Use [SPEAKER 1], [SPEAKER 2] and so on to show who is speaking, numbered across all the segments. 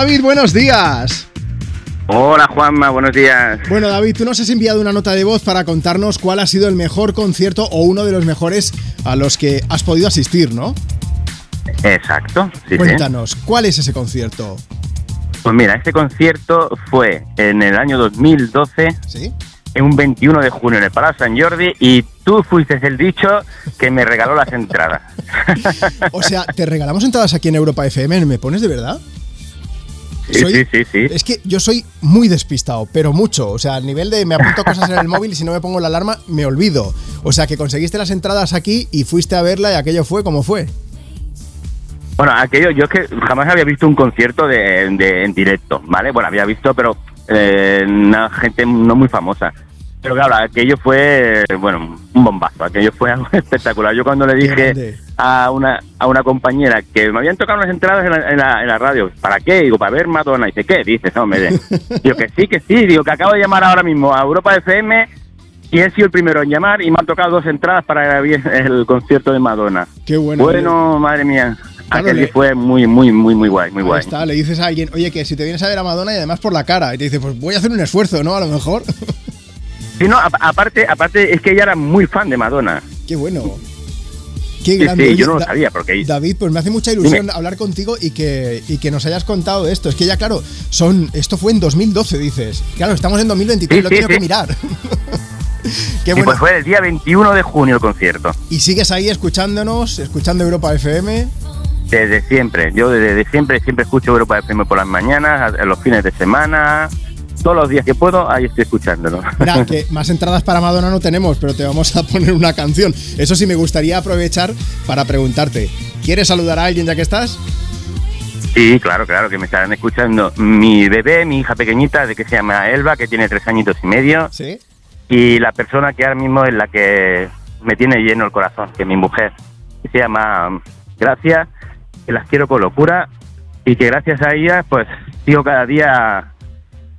[SPEAKER 1] David, buenos días.
[SPEAKER 2] Hola Juanma, buenos días.
[SPEAKER 1] Bueno, David, tú nos has enviado una nota de voz para contarnos cuál ha sido el mejor concierto o uno de los mejores a los que has podido asistir, ¿no?
[SPEAKER 2] Exacto. sí, sí.
[SPEAKER 1] Cuéntanos, ¿cuál es ese concierto?
[SPEAKER 2] Pues mira, este concierto fue en el año 2012,
[SPEAKER 1] ¿Sí?
[SPEAKER 2] en un 21 de junio en el Palau San Jordi, y tú fuiste el dicho que me regaló las entradas.
[SPEAKER 1] O sea, te regalamos entradas aquí en Europa FM, ¿me pones de verdad?
[SPEAKER 2] Sí,
[SPEAKER 1] Soy-
[SPEAKER 2] sí, sí, sí.
[SPEAKER 1] Es que yo soy muy despistado, pero mucho. O sea, al nivel de me apunto cosas en el móvil y si no me pongo la alarma, me olvido. O sea, que conseguiste las entradas aquí y fuiste a verla y aquello fue como fue.
[SPEAKER 2] Bueno, aquello, yo es que jamás había visto un concierto de, de- en directo, ¿vale? Bueno, había visto, pero eh, una gente no muy famosa. Pero claro, aquello fue, eh, bueno, un bombazo, aquello fue algo espectacular. Yo cuando le
[SPEAKER 1] grande.
[SPEAKER 2] dije a una, a una compañera que me habían tocado unas entradas en la, en la- en la radio, ¿para qué? Digo, para ver Madonna. dice, ¿qué? Dices, no, me de-". Digo, que sí, que sí, digo, que acabo de llamar ahora mismo a Europa FM y he sido el primero en llamar y me han tocado dos entradas para el, el concierto de Madonna.
[SPEAKER 1] Qué bueno.
[SPEAKER 2] Bueno, madre mía.
[SPEAKER 1] Claro,
[SPEAKER 2] Aquel
[SPEAKER 1] le-
[SPEAKER 2] día fue muy, muy, muy, muy guay, muy
[SPEAKER 1] Ahí
[SPEAKER 2] guay.
[SPEAKER 1] está, le dices a alguien, oye, que si te vienes a ver a Madonna y además por la cara, y te dice, pues voy a hacer un esfuerzo, ¿no? A lo mejor.
[SPEAKER 2] Sí, no, a- aparte, aparte es que ella era muy fan de Madonna.
[SPEAKER 1] Qué bueno. Qué
[SPEAKER 2] Sí,
[SPEAKER 1] grande.
[SPEAKER 2] sí,
[SPEAKER 1] Oye,
[SPEAKER 2] yo no lo
[SPEAKER 1] Da-
[SPEAKER 2] sabía porque
[SPEAKER 1] David, pues me hace mucha ilusión
[SPEAKER 2] Dime.
[SPEAKER 1] hablar contigo y que, y que nos hayas contado esto. Es que ya, claro, son esto fue en 2012, dices. Claro, estamos en 2023,
[SPEAKER 2] Sí,
[SPEAKER 1] lo
[SPEAKER 2] sí,
[SPEAKER 1] tengo que
[SPEAKER 2] sí.
[SPEAKER 1] mirar. Qué
[SPEAKER 2] Sí,
[SPEAKER 1] bueno.
[SPEAKER 2] pues fue el día 21 de junio el concierto.
[SPEAKER 1] Y sigues ahí escuchándonos, escuchando Europa FM.
[SPEAKER 2] Desde siempre. Yo desde, desde siempre, siempre escucho Europa FM por las mañanas, a- a los fines de semana, todos los días que puedo, ahí estoy escuchándolo.
[SPEAKER 1] Mira, que más entradas para Madonna no tenemos, pero te vamos a poner una canción. Eso sí, me gustaría aprovechar para preguntarte. ¿Quieres saludar a alguien ya que estás?
[SPEAKER 2] Sí, claro, claro, que me estarán escuchando mi bebé, mi hija pequeñita, de que se llama Elba, que tiene tres añitos y medio,
[SPEAKER 1] Sí.
[SPEAKER 2] y la persona que ahora mismo es la que me tiene lleno el corazón, que es mi mujer, que se llama um, Gracia, que las quiero con locura y que gracias a ella pues sigo cada día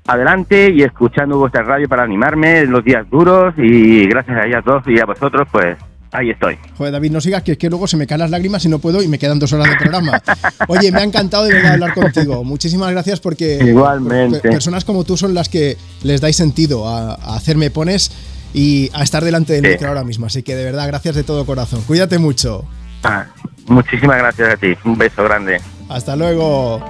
[SPEAKER 2] adelante y escuchando vuestra radio para animarme en los días duros y gracias a ellas dos y a vosotros pues ahí estoy.
[SPEAKER 1] Joder, David, no sigas, que es que luego se me caen las lágrimas y no puedo y me quedan dos horas de programa. Oye, me ha encantado de verdad hablar contigo. Muchísimas gracias porque
[SPEAKER 2] Igualmente.
[SPEAKER 1] per- personas como tú son las que les dais sentido a, a hacerme pones y a estar delante del
[SPEAKER 2] Sí.
[SPEAKER 1] micro ahora mismo. Así que de verdad, gracias de todo corazón. Cuídate mucho.
[SPEAKER 2] Ah, muchísimas gracias a ti, un beso grande.
[SPEAKER 1] Hasta luego.